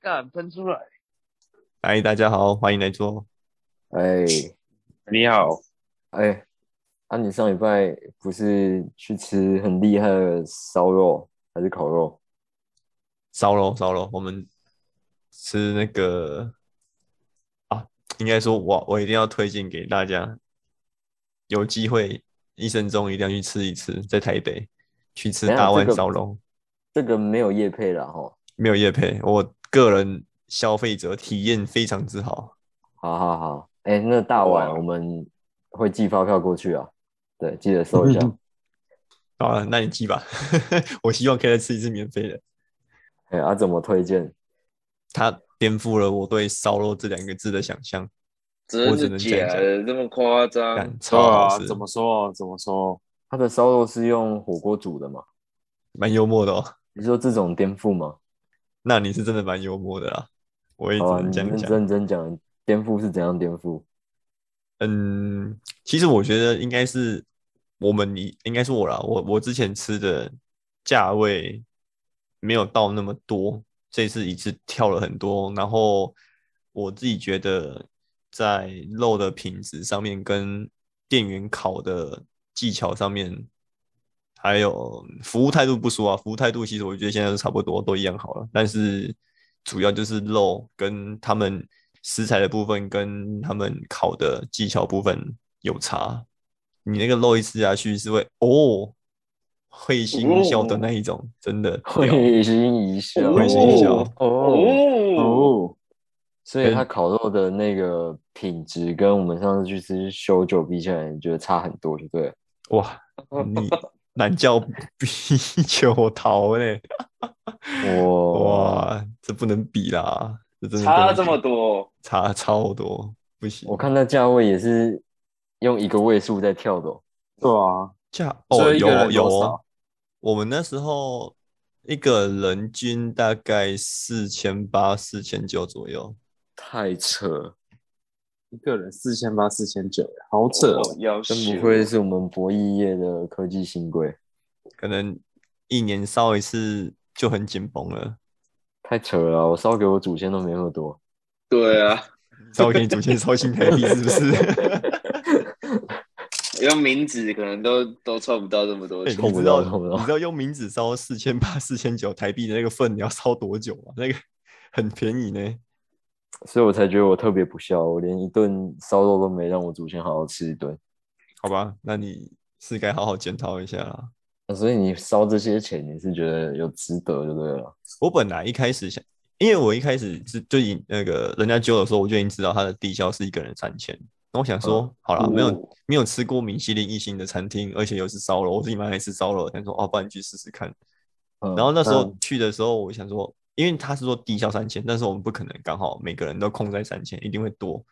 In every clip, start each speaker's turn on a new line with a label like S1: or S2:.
S1: 干喷出来！
S2: 嗨，大家好，欢迎来做。
S3: 哎
S1: 你好，
S3: 哎，啊，你上礼拜不是去吃很厉害的烧肉还是烤肉？
S2: 烧肉，烧肉，我们吃那个啊，应该说我我一定要推荐给大家，有机会一生中一定要去吃一次，在台北去吃
S3: 等一下
S2: 大
S3: 这
S2: 碗
S3: 个
S2: 烧肉，
S3: 这个没有叶配啦哈，
S2: 没有业配，我个人消费者体验非常之好。
S3: 好好好，哎，那大碗
S1: 哇
S3: 我们会寄发票过去啊，对，记得收一 下。
S2: 好了，那你记吧， 我希望可以再吃一次免费的。
S3: 哎，啊，怎么推荐？
S2: 它颠覆了我对烧肉这两个字的想象，我
S4: 真
S2: 只
S4: 的
S2: 能这样
S4: 假的？这么夸张？
S2: 感
S4: 对
S2: 超
S4: 啊
S2: 好吃
S4: 怎，么说？怎么说？
S3: 它的烧肉是用火锅煮的吗？
S2: 蛮幽默的哦。
S3: 你说这种颠覆吗？
S2: 那你是真的蛮幽默的啦，我也只
S3: 好啊，
S2: 能
S3: 你
S2: 这样
S3: 认
S2: 讲。
S3: 真真讲，颠覆是怎样颠覆？
S2: 嗯，其实我觉得应该是我们你应该是我啦，我我之前吃的价位没有到那么多，这次一次跳了很多，然后我自己觉得在肉的品质上面跟店员烤的技巧上面，还有服务态度不说啊，服务态度其实我觉得现在都差不多，都一样好了。但是主要就是肉跟他们食材的部分跟他们烤的技巧部分有差。你那个肉一吃下去是会哦，会心一笑的那一种，真的屌
S3: 会心一笑，
S2: 会心一笑。
S4: 啊
S3: 哦
S1: 哦，
S3: 哦，所以
S2: 跟
S3: 它烤肉的那个品质跟我们上次去吃修酒比起来，你觉得差很多，就对了。
S2: 哇， 你难叫比九桃嘞！
S3: 我
S2: 哇，这不能比啦，这真的不
S4: 差
S2: 能
S4: 这么
S2: 比
S4: 多，
S2: 差超多，不行
S3: 我。看那价位也是用一个位数在跳的哦、
S4: 对啊，
S2: 价
S4: 所
S2: 哦，
S4: 以一
S2: 有
S4: 个人
S2: 有
S4: 多
S2: 哦
S4: 少，
S2: 我们那时候一个人均大概四千八、四千九左右。
S3: 太扯，
S4: 一个人四千八、四千九，好扯哦！
S1: 要
S3: 真不愧是我们博弈业的科技新贵，
S2: 可能一年烧一次就很紧绷了，
S3: 太扯了啊！我烧给我祖先都没那么多，
S4: 对啊，
S2: 烧给你祖先烧新台币是不是？
S4: 用名字可能都都凑不到这么多
S2: 欸
S4: 钱。
S3: 凑
S2: 你
S3: 不
S2: 知
S3: 到
S2: 道
S3: 凑不到
S2: 你知道用名纸烧四千八、四千九台币的那个份，你要烧多久吗？那个很便宜呢。
S3: 所以我才觉得我特别不孝，我连一顿烧肉都没让我祖先好好吃一顿。
S2: 好吧，那你是该好好检讨一下啦。
S3: 啊所以你烧这些钱，你是觉得有值得就对了。
S2: 我本来一开始想，因为我一开始是就已那个人家揪的时候，我就已经知道他的地销是一个人三千。那我想说，
S3: 嗯
S2: 好
S3: 哦
S2: 啦，啊没有没有吃过米其林一星的餐厅，而且又是烧肉，我自己蛮爱吃烧肉的，想说哦，不然你去试试看。
S3: 嗯
S2: 然后那时候
S4: 嗯
S2: 去的时候，我想说，因为他是说低消三千，但是我们不可能刚好每个人都空在三千，一定会多。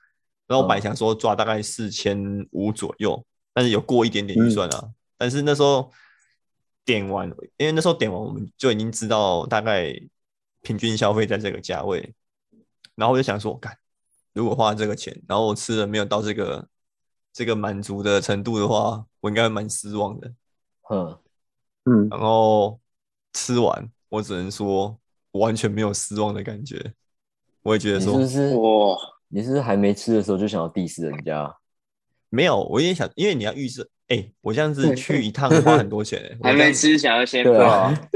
S2: 然后我本来
S3: 嗯
S2: 想说抓大概四千五左右，但是有过一点点预算啊。
S3: 嗯
S2: 但是那时候点完，因为那时候点完我们就已经知道大概平均消费在这个价位，然后我就想说，干，如果花这个钱，然后我吃的没有到这个这个满足的程度的话，我应该会蛮失望的。
S3: 嗯，
S4: 嗯，
S2: 然后吃完，我只能说我完全没有失望的感觉。我也觉得
S3: 你是
S2: 说
S3: 不是
S4: 哇，
S3: 你是不是还没吃的时候就想要 diss 人家？
S2: 没有，我也想，因为你要预设，哎、我这样子去一趟花很多钱、 欸，
S4: 还没吃，想要先
S3: 对
S4: 报
S3: 啊，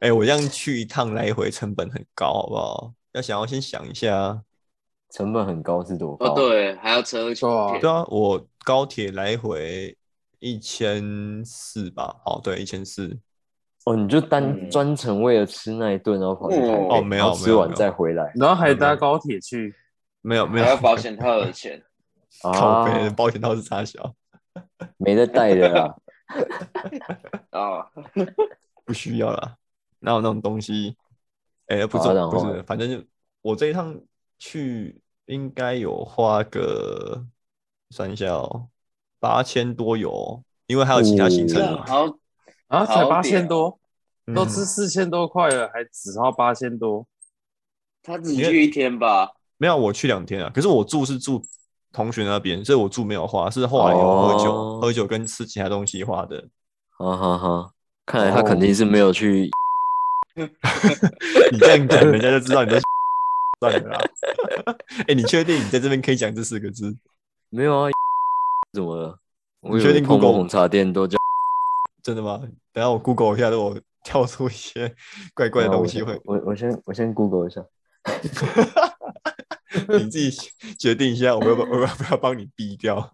S2: 哎、我这样去一趟来回成本很高，好不好？要想要先想一下啊，
S3: 成本很高是多高？
S4: 哦，对，还要车钱
S1: 对啊
S2: 对啊，我高铁来回一千四吧，哦，对，一千四，
S3: 哦，你就单
S4: 嗯
S3: 专程为了吃那一顿，然后跑去台北，
S4: 哦
S2: 没有
S3: 然后
S2: 没
S3: 吃
S2: 有
S3: 完
S2: 没有
S3: 再回来
S4: 然后还
S2: 搭
S4: 高铁去，
S2: 没有没有
S4: 还，要保险套的钱。
S2: 靠
S3: 啊，
S2: 背保险套是差小，
S3: 没得带的 啦。
S4: 哦，
S2: 不需要啦，哪有那种东西？哎、不
S3: 好
S2: 重
S3: 然后
S2: 不是，
S3: 呢
S2: 反正就我这一趟去应该有花个算一下哦，八千多有哦，因为还有其他行程
S3: 对
S4: 这
S5: 哦
S4: 样
S2: 啊。
S4: 好，
S6: 啊，才
S4: 好
S6: 八
S4: 屌
S6: 千多，
S2: 嗯
S6: 都吃四千多块了，还只花八千多，
S4: 他只去一天吧？
S2: 没有，我去两天啊，可是我住是住同学那边，所以我住没有花，是后来有喝酒、
S3: 哦
S2: 喝酒跟
S3: 啊
S2: 吃其他东西花的。哦
S3: 哈哈哈，看来他肯定是没有去
S2: 你这样讲，人家就知道你在 算了啦。 哎、你确定你在这边可以讲这四个字？
S3: 没有啊，怎么了？我
S2: 你
S3: 以
S2: 确
S3: 为
S2: 定
S3: 泡沫
S2: Google
S3: 红茶店都叫
S2: 真的吗？等一下我 Google 一下，让我跳出一些怪怪的
S3: 啊
S2: 东
S3: 我
S2: 西
S3: 先
S2: 会，
S3: 我我先我先 Google 一下，
S2: 你自己决定一下，我要不我要不要帮你逼掉？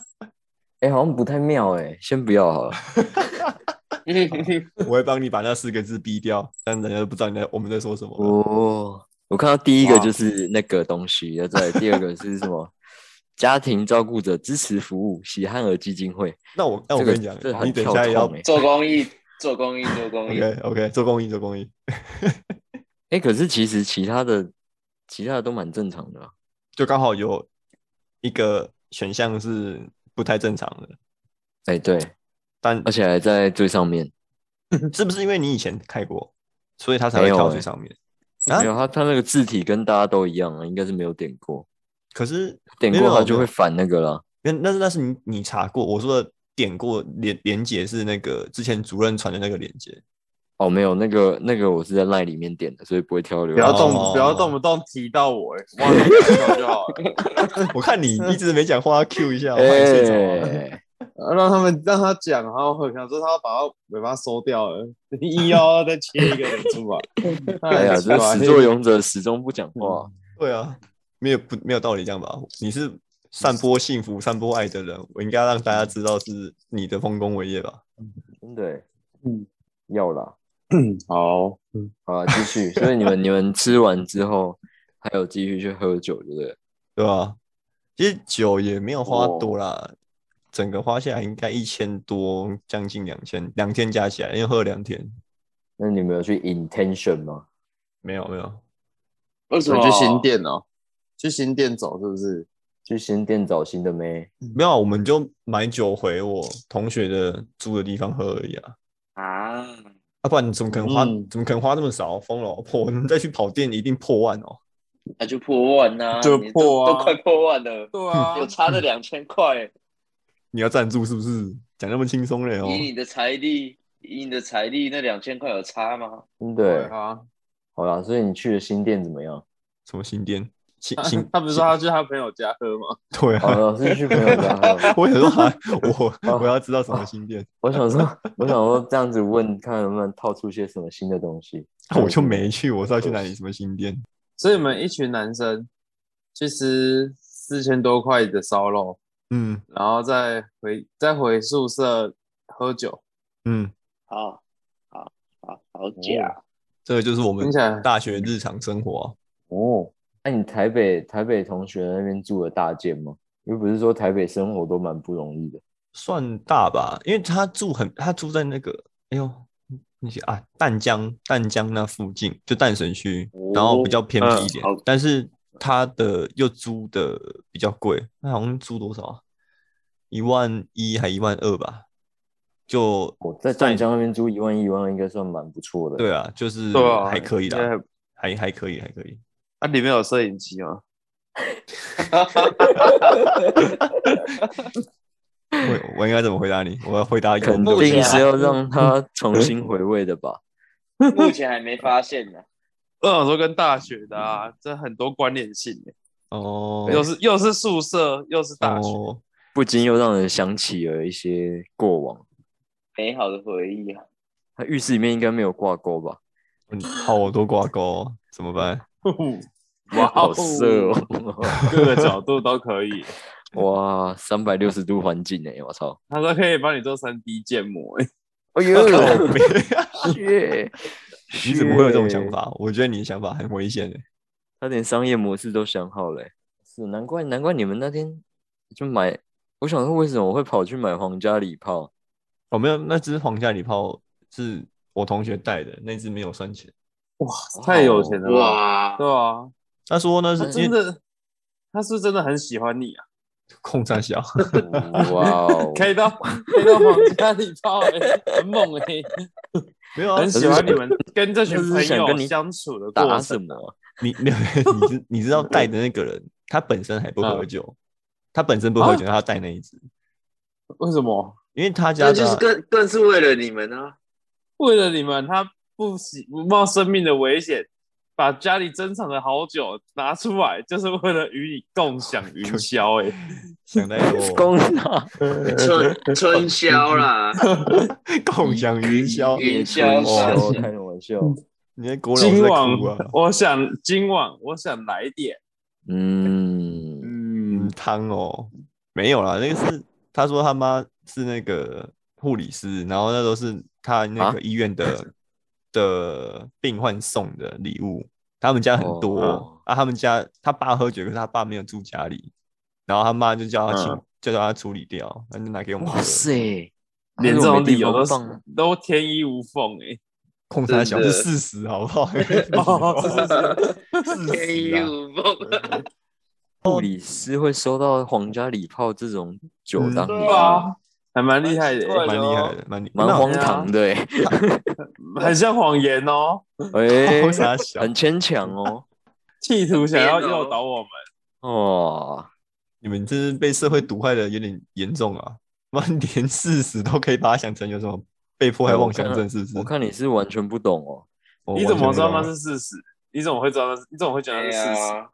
S3: 哎、好像不太妙哎、先不要好了。
S2: 我会帮你把那四个字逼掉，但人家都不知道你在我们在说什么了。
S3: 哦，我看到第一个
S4: 哇
S3: 就是那个东西，然后再来第二个是什么？ 家庭照顾者支持服务喜憨儿基金会。
S2: 那我那我
S3: 这个
S2: 跟你讲
S3: 这个，
S2: 你
S3: 很
S2: 等一
S3: 跳
S2: 下也要
S3: 痛哎、
S5: 做公益，做公益，做公 益。
S2: OK OK 做公益做公益，
S3: 哎、可是其实其他的其他的都蛮正常的啊、
S2: 就刚好有一个选项是不太正常的，
S3: 哎、对，
S2: 但
S3: 而且还在最上面。
S2: 是不是因为你以前开过，所以他才会
S3: 没有
S2: 跳
S3: 欸
S2: 最上面？啊
S3: 没有他他那个字体跟大家都一样啊，应该是没有点过，
S2: 可是
S3: 点
S2: 没有
S3: 过
S2: 啊
S3: 他就
S2: 没
S3: 会
S2: 有
S3: 反那个啦。
S2: 那那是那是你你查过，我说的点过连连接是那个之前主任传的那个连接，
S3: 哦，没有那个那个我是在赖里面点的，所以不会挑流
S4: 不要
S3: 量。啊
S4: 动
S2: 哦，
S4: 不要动不动提到我，哎，忘了提就 好了，
S2: 我看你一直没讲话，Q 一下，我
S3: 哎、
S2: 怕你睡着了。
S4: 啊让他们让他讲，然后我想说他要把他尾巴收掉了， 硬要再切一个人出 来，
S3: 哎呀，这 始 作俑者始终不讲话。
S2: 对啊，没有不没有道理这样吧？你是散播幸福、散播爱的人，我应该让大家知道是你的丰功伟业吧？
S3: 真的、欸，
S4: 嗯，
S3: 要啦，
S4: 好，
S3: 好啦，继续。所以你们你们吃完之后，还有继续去喝酒，对不对？
S2: 对吧、其实酒也没有花多啦，整个花下来应该一千多，将近两千，两天加起来，因为喝了两天，
S3: 那你们有去 intention 吗？
S2: 没有没有，
S5: 为什
S4: 所
S5: 么
S4: 以去新店哦，去新店走是不是？
S3: 去新店找新的妹？
S4: 嗯
S2: 没有啊，我们就买酒回我同学的住的地方喝而已啊。
S5: 啊？
S2: 啊，不然你怎么可能花？
S4: 嗯
S2: 怎么可能花那么少？疯了哦、破！你再去跑店一定破万哦。
S5: 那就破万呐，
S4: 就
S5: 你都
S4: 破啊
S5: 都快破万了，
S4: 对啊
S5: 有差那两千块。
S2: 你要赞助是不是？讲那么轻松
S4: 啊
S2: 嘞哦。
S5: 以你的财力，以你的财力，那两千块有差吗？
S3: 真
S4: 对
S3: 的欸，
S4: 啊，
S3: 好啦，所以你去了新店怎么样？
S2: 什么新店？新新
S4: 啊 他不是说哦他去他朋友家喝吗？
S2: 对
S3: 好
S2: 啊，
S3: 了，是去朋友家喝。
S2: 我想说 还我
S3: 哦
S2: 我要知道什么新店，
S3: 我想说，我想说这样子问，看能不能套出些什么新的东西。
S4: 哦
S2: 那啊 我就没去，我是要去哪里什么新店？
S4: 所以我们一群男生去吃四千多块的烧肉，
S2: 嗯
S4: 然后再回再回宿舍喝酒，
S2: 嗯，
S5: 好，好，好，好假。
S2: 这个就是我们
S4: 听起来
S2: 大学日常生活啊、
S4: 哦，
S3: 那、啊你台北台北同学那边住的大件吗？又不是说台北生活都蛮不容易的。
S2: 算大吧，因为他住很，他住在那个，哎呦，那些啊，淡江淡江那附近，就淡水区，
S4: 哦
S2: 然后比较偏僻一点，
S5: 嗯好
S2: 但是他的又租的比较贵，他好像租多少啊？一万一还一万二吧？就
S3: 我在湛江那边租一万一万二应该算蛮不错的。
S2: 对啊，就是
S4: 对啊
S2: 还可以
S4: 应该
S2: 的
S4: 还，
S2: 还还可以，还可以。
S4: 那、啊里面有摄影机吗？
S2: 我我应该怎么回答你？我要回答有
S3: 肯
S2: 有
S3: 定是要让他重新回味的吧？
S4: 哦
S5: 目前还没发现呢。
S4: 我想说跟大学的啊，这很多关联性耶，
S2: 哦，
S4: 又是又是宿舍，又是大学，
S2: 哦
S3: 不禁又让人想起了一些过往。
S5: 美好的回忆啊！
S3: 他浴室里面应该没有挂钩吧？
S2: 嗯好多挂钩哦，怎么 办？
S4: 哇
S3: 好
S4: 哦，
S3: 色哦！
S4: 各个角度都可以，
S3: 哇，三百六十度环境哎、我操！
S4: 他说可以帮你做三 D 建模耶，
S3: 哎
S2: 靠
S3: 呦，
S2: 背
S3: 血！
S2: 你怎么会有这种想法？我觉得你的想法很危险诶。
S3: 他连商业模式都想好了欸、是难怪难怪你们那天就买，我想说为什么我会跑去买皇家礼炮？
S2: 哦，没有，那只皇家礼炮是我同学带的，那只没有算钱。
S4: 哇，太有钱了吧？
S5: 哇，
S4: 对啊，
S2: 他说那
S4: 他
S2: 是
S4: 真
S2: 因为
S4: 的，他是不是真的很喜欢你啊，
S2: 控三小，
S3: 哇哦！
S4: 开到开到皇家礼炮耶，很猛哎、
S2: 没有啊
S4: 很？喜欢你们跟这群
S3: 他
S4: 朋
S3: 是想跟
S4: 友
S3: 你
S4: 相处的过
S3: 打
S4: 程
S3: 什么 啊？
S2: 你你 你知你知道带的那个人，他本身还不喝
S4: 嗯
S2: 酒，他本身不
S4: 啊
S2: 喝酒，他带那一只，
S4: 为什么？
S2: 因为他家
S5: 那
S2: 的
S5: 就是更更是为了你们啊！
S4: 为了你们，他不惜不冒生命的危险，把家里珍藏的好酒拿出来，就是为了与你共享云霄、欸。哎，
S2: 想 太多，
S3: 公啊道，
S1: 春春宵 啦，
S2: 共享云霄，
S1: 云霄
S2: 哦
S1: 上
S3: 开什么玩笑？
S2: 你在国老师
S4: 今
S2: 在
S4: 晚
S2: 哭 啊？
S4: 我想，今晚我想来点，
S3: 嗯，
S2: 嗯，
S4: 嗯，
S2: 汤哦，没有啦，那个是他说他妈是那个护理师，然后那都是他那
S3: 啊
S2: 个医院的、 的病患送的礼物，他们家很
S3: 哦
S2: 多、
S3: 哦
S2: 啊，他们家他爸喝酒，可是他爸没有住家里，然后他妈就叫他请、
S4: 嗯
S2: 就叫他处理掉，那就拿给我们喝
S3: 哇，塞，
S4: 连这种理由
S3: 都
S4: 都
S3: 棒，
S4: 都天衣无缝哎、
S2: 控他小
S1: 真
S2: 是
S1: 的
S2: 事实好不 好？
S4: 哦是是
S2: 啊
S3: 哎
S1: 天衣
S4: 啊
S1: 无缝。
S3: 护理师会收到皇家礼炮这种酒
S2: 嗯
S3: 当礼
S4: 对
S3: 物，
S4: 啊，还蛮厉害的、欸，
S2: 蛮厉害的，蛮厉
S3: 蛮
S2: 那
S3: 荒唐的欸，
S4: 很像谎言哦，
S2: 控
S3: 哎，
S2: 他小，
S3: 很牵强哦。
S4: 企图想要诱导我们。
S3: 哦，
S2: 你们真是被社会毒害的有点严重啊！ 妈，连事实都可以把它想成有什么被迫害妄想症，是不是？
S3: 我看你是完全不懂哦。
S2: 我
S4: 你怎么
S2: 完全不啊
S4: 知道那
S2: 懂
S4: 是事实？你怎么会知道那是？你怎么会讲那
S1: 对
S4: 是事实？
S1: 啊，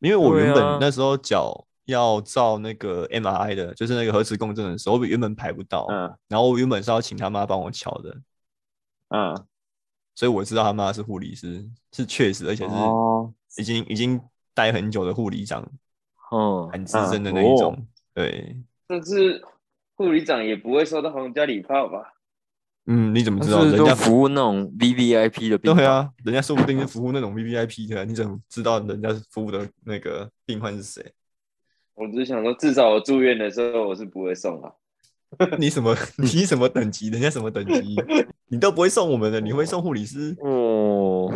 S2: 因为我原
S3: 对啊
S2: 本那时候脚要照那个 MRI 的，就是那个核磁共振的时候，我原本排不到，
S4: 嗯
S2: 然后我原本是要请他妈帮我瞧的，
S4: 嗯，
S2: 所以我知道他妈是护理师， 是确实，而且是
S4: 哦，
S2: 已经、已经待很久的护理长，
S3: 哦，
S2: 很资深的那一种。
S4: 哦
S2: 对，
S1: 但是护理长也不会收到皇家礼炮吧？
S2: 嗯，你怎么
S3: 他
S2: 知
S3: 是
S2: 道
S3: 不是
S2: 人
S3: 都
S2: 家
S3: 服务那种 V V I P 的病
S2: 对
S3: 房？
S2: 啊，人家说不定是服务那种 V V I P 的，你怎么知道人家服务的那个病患是谁？
S1: 我只是想说，至少我住院的时候我是不会送啊。
S2: 你什么你什么等级？人家什么等级？你都不会送我们的，你会送护理师？
S3: 哦，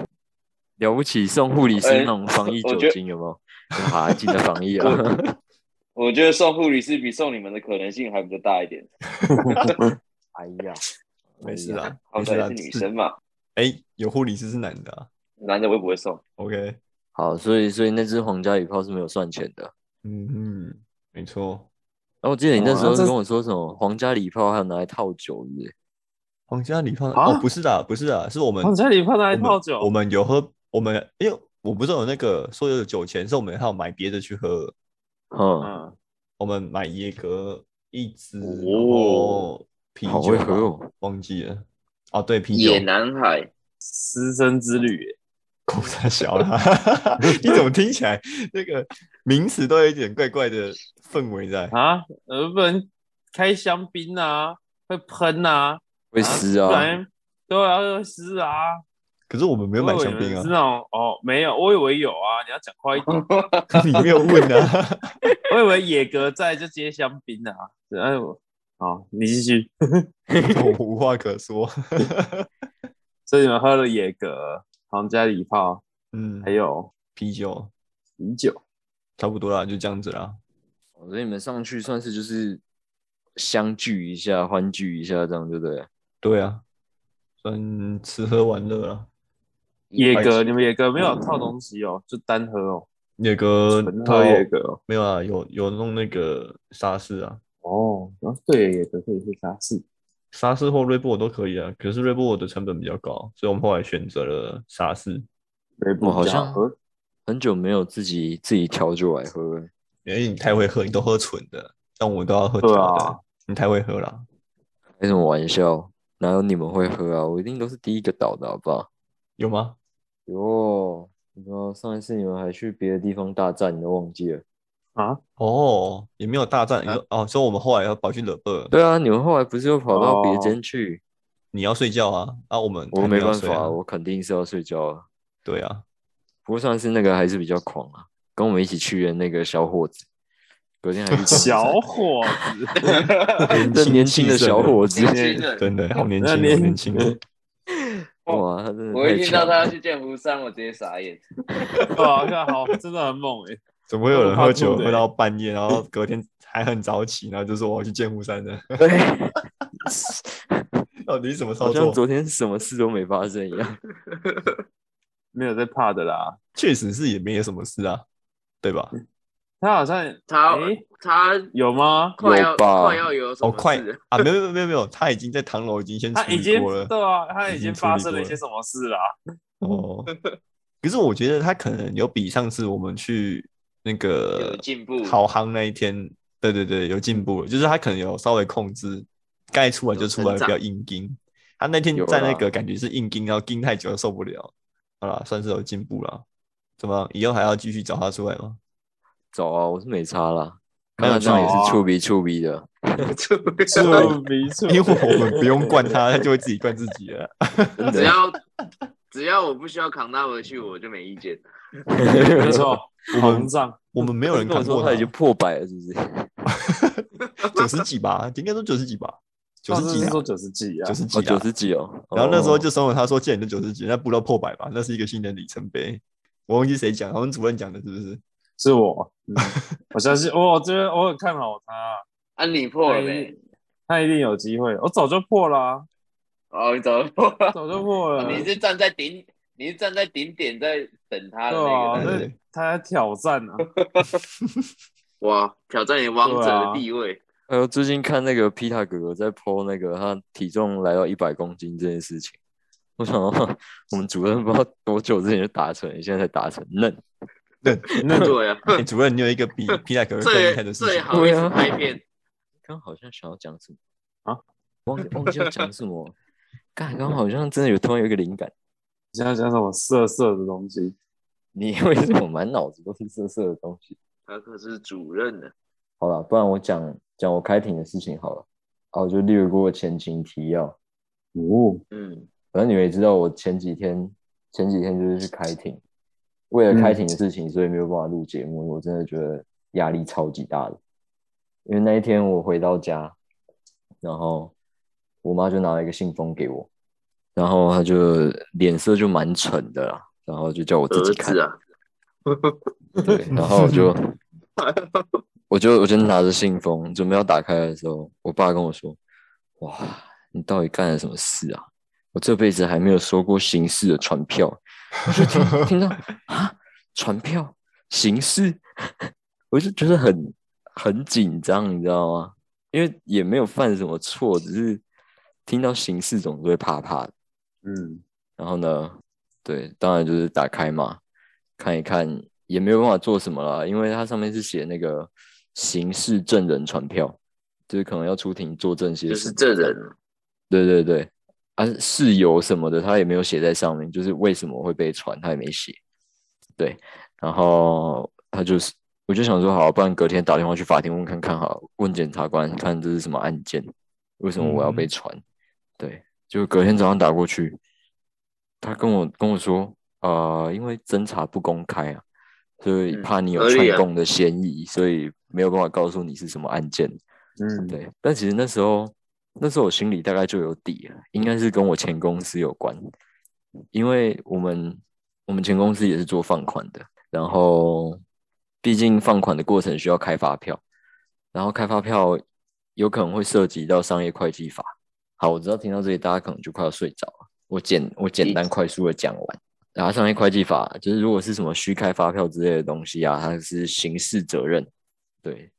S3: 了不起，送护理师那种防疫
S1: 我
S3: 酒
S1: 觉得
S3: 精有没有？啊，记得防疫啊！
S1: 我觉得送护理师比送你们的可能性还比较大一点。
S3: 哎呀，
S2: 没事
S3: 哎呀，
S2: 啦，
S1: 好
S5: 哦
S2: 没
S1: 歹
S2: 事
S1: 也
S2: 啦
S1: 是女。生嘛，
S2: 哎，有护理师是男的啊
S1: 男的我也不会送。
S2: ，OK，
S3: 好，所以所以那只皇家礼炮是没有算钱的。
S2: 嗯嗯，没错。
S3: 然后我记得你
S2: 哦
S3: 那时候
S4: 哇这
S3: 跟我说什么皇家礼炮还有拿来套酒是不是？
S2: 皇家礼炮
S4: 啊
S2: 哦，不是的，不是的，是我们
S4: 我在里泡
S2: 我
S4: 哪里
S2: 们
S4: 泡酒？
S2: 我们有喝，我们因为我不是有那个说有酒钱，是我们还有买别的去喝，哦
S3: 嗯，
S4: 嗯，
S2: 我们买椰格一支，然
S1: 哦
S2: 后啤
S3: 好
S2: 酒
S3: 会
S2: 吧
S3: 喝哦，
S2: 忘记了。哦，对，啤酒
S1: 野男孩，
S4: 师生之旅欸，
S2: 口太小了， 你怎么听起来那个名词都有一点怪怪的氛围在？
S4: 啊，呃，不能开香槟啊，会喷啊，
S3: 会湿
S4: 不
S3: 啊，
S4: 然对啊，会湿啊。
S2: 可是我们没有买香槟
S4: 我以为你们
S2: 啊，
S4: 是那种哦，没有，我以为有啊，你要讲快一 点。
S2: 你没有问 啊。
S4: 我以为野格在就接香槟啊。哎我，好，你继续。
S2: 我无话可说。
S4: 所以你们喝了野格、皇家礼炮，
S2: 嗯，
S4: 还有
S2: 啤酒，
S4: 啤酒，
S2: 差不多啦，就这样子啦。
S3: 哦所以你们上去算是就是相聚一下，欢聚一下，这样对不对了？
S2: 对啊，算吃喝玩乐啦。
S4: 野
S2: 白
S4: 格，
S2: 酒
S4: 你们野格没有套东西哦，就单喝哦，
S2: 野哥
S4: 纯
S2: 他
S4: 喝野格哦。
S2: 没有啊，有有弄那个沙士啊，
S4: 哦，然后对野格可以是啥事？
S2: 沙士或瑞波都可以啊。可是瑞波的成本比较高，所以我们后来选择了沙士。
S4: 没
S3: 我好
S4: 比较
S3: 像
S4: 喝
S3: 很久没有自己自己调酒来喝了。
S2: 因为你太会喝，你都喝纯的，但我都要喝调
S4: 对
S2: 的。
S4: 啊
S2: 你太会喝了。
S3: 开什么玩笑？哪有你们会喝啊？我一定都是第一个倒的，好不好？
S2: 有吗？
S3: 哟，你知道上一次你们还去别的地方大战，你都忘记了？
S4: 啊，
S2: 哦，也没有大战，你说
S3: 啊
S2: 哦，所以我们后来要跑去惹贝尔，
S3: 对啊，你们后来不是又跑到别
S4: 哦
S3: 间去？
S2: 你要睡觉啊，啊，我们
S3: 我
S2: 还
S3: 没
S2: 有
S3: 办
S2: 睡
S3: 法、
S2: 啊
S3: 我肯定是要睡觉啊。
S2: 对啊，
S3: 不过上次那个还是比较狂啊，跟我们一起去的那个小伙子，隔天还去
S4: 小伙
S3: 这
S4: 子，
S3: 年轻的
S2: 气盛
S3: 小伙 子
S1: 年，轻人，
S2: 真的好年轻，
S4: 那
S2: 好
S4: 年
S2: 年轻，
S3: 哇，他真的
S1: 我一
S3: 太
S1: 听到
S3: 强
S1: 他
S3: 了
S1: 要。去剑湖山，我直接傻眼。
S4: 对啊，看好，真的很猛哎、
S2: 怎么会有人喝酒
S4: 我怕吐的
S2: 喝到半夜，然后隔天还很早起，然后就说我要去剑湖山的？
S3: 对，
S2: 到底是什么操
S3: 好像
S2: 作？
S3: 昨天什么事都没发生一样。
S4: 没有在怕的啦。
S2: 确实是也没有什么事啊，对吧？
S4: 他好像
S5: 他
S4: 诶
S5: 他
S4: 有吗？
S5: 快要
S3: 有吧
S5: 快要有什
S2: 哦，
S5: 么
S2: 快
S5: 事了？
S2: 啊，没有没有没有没有，他已经在唐楼已经先
S4: 他
S2: 处
S4: 已
S2: 理
S4: 经
S2: 过了
S4: 对啊，他
S2: 已
S4: 已
S2: 经
S4: 经
S2: 处
S4: 发
S2: 理
S4: 生
S2: 过
S4: 了一
S2: 了
S4: 些什么事啦？
S2: 哦。 可是我觉得他可能有比上次我们去那
S1: 有
S2: 个
S1: 进步。
S2: 好夯那一天，对对对，有进步了，就是他可能有稍微控制，该出来就出来，
S5: 有成
S2: 不
S5: 长
S2: 要硬盯。他那天
S3: 有
S2: 在那
S3: 啦
S2: 个感觉是硬盯，然后盯太久了受不了，好啦，算是有进步了。怎么以后还要继续找他出来吗？
S3: 走啊，我是没差 啦。
S2: 没有
S3: 看他这样也
S4: 差啊
S3: 是触鼻触鼻的，
S4: 触鼻触
S2: 因为我们不用灌他，他就会自己灌自己了。
S3: 真
S5: 只
S3: 的
S5: 要只要我不需要扛他回去，我就没意见。
S4: 没错，膨胀。
S2: 我们没有人
S3: 跟我
S2: 看
S3: 说
S2: 过
S3: 他
S2: 他，哦
S3: 已经破百了，是不是？
S2: 九十几吧，应该都九十几吧，九
S4: 上
S2: 十
S4: 次
S2: 几啊，
S4: 是说九十几啊
S2: 九？十几
S3: 哦，九
S2: 啊。
S3: 十几哦。
S2: 然后那时候
S3: 哦
S2: 就怂恿他说：“既然你都九十几，那不到破百吧，那是一个新的里程碑。”我忘记谁讲，好像主任讲的，是不是？
S4: 是 我，嗯
S6: 我相信我，
S4: 我觉得我很看好他，
S1: 安啊你破了没？
S4: 他一定有机会。我早就破了啊、
S1: 哦，你早就破了。
S4: 早就破 了。
S1: 哦你是站在顶，你是站在顶点在等他的
S4: 对啊，
S1: 那个。
S4: 那他在挑战 啊，
S5: 哇，挑战你王者
S4: 对啊
S5: 的地位，
S3: 还有最近看那个皮塔哥哥在 PO 那个他体重来到一百公斤这件事情，我想到我们主任不知道多久之前就达成，现在才达成，嫩
S4: 那
S5: 对啊，
S2: 欸主任，你有一个比皮带可更厉害
S5: 最
S2: 的事
S5: 最
S2: 情，
S5: 好一直拍片，
S3: 刚好像想要讲什么
S4: 啊？
S3: 忘记忘记要讲什么，刚刚好像真的有突然有一个灵感，
S4: 你要讲什么色色的东西？
S3: 你 为什么满脑子都是色色的东西？
S5: 他可是主任呢。
S3: 好了，不然我讲讲我开庭的事情好了，啊，我就略过前情提要。
S4: 哦，
S5: 嗯，
S3: 反正你们也知道，我前几天前几天就是去开庭，为
S5: 嗯
S3: 了开庭的事情，所以没有办法录节目。我真的觉得压力超级大的，因为那一天我回到家，然后我妈就拿了一个信封给我，然后她就脸色就蛮沉的啦，然后就叫我自
S5: 儿
S3: 己看
S5: 子，啊，
S3: 对，然后我就我就我就拿着信封准备要打开的时候，我爸跟我说：“哇，你到底干了什么事啊？我这辈子还没有收过刑事的传票。”我就听听到啊，传票刑事， 我就觉得很很紧张，你知道吗？因为也没有犯什么错，只是听到刑事总是会怕怕的。
S4: 嗯，
S3: 然后呢，对，当然就是打开嘛，看一看，也没有办法做什么了，因为它上面是写那个刑事证人传票，就是可能要出庭作证些
S5: 就
S3: 什
S5: 是
S3: 么。
S5: 这人，啊
S3: 对对对，啊，事由什么的，他也没有写在上面，就是为什么会被传，他也没写。对，然后他就是，我就想说，好，不然隔天打电话去法庭问看看，好，问检察官看这是什么案件，为什么我要
S5: 嗯
S3: 被传？对，就隔天早上打过去，他跟我跟我说，呃，因为侦查不公开啊，所以
S5: 嗯
S3: 怕你有
S5: 合
S3: 串
S5: 理啊
S3: 供的嫌疑，所以没有办法告诉你是什么案件。
S4: 嗯
S3: 对，但其实那时候，那时候我心里大概就有底了，应该是跟我前公司有关，因为我们我们前公司也是做放款的，然后毕竟放款的过程需要开发票，然后开发票有可能会涉及到商业会计法。好，我知道听到这里大家可能就快要睡着了，我简我简单快速的讲完。然后商业会计法就是如果是什么虚开发票之类的东西啊，它是刑事责任，对，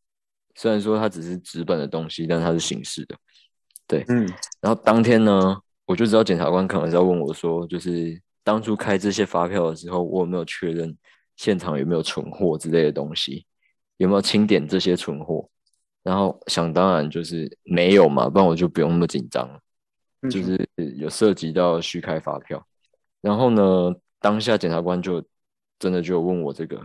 S3: 虽然说它只是纸本的东西，但它是形式的。
S4: 嗯，
S3: 然后当天呢，我就知道检察官可能是要问我说，就是当初开这些发票的时候，我有没有确认现场有没有存货之类的东西，有没有清点这些存货？然后想当然就是没有嘛，不然我就不用那么紧张了。
S1: 嗯
S3: 嗯就是有涉及到虚开发票，然后呢，当下检察官就真的就问我这个，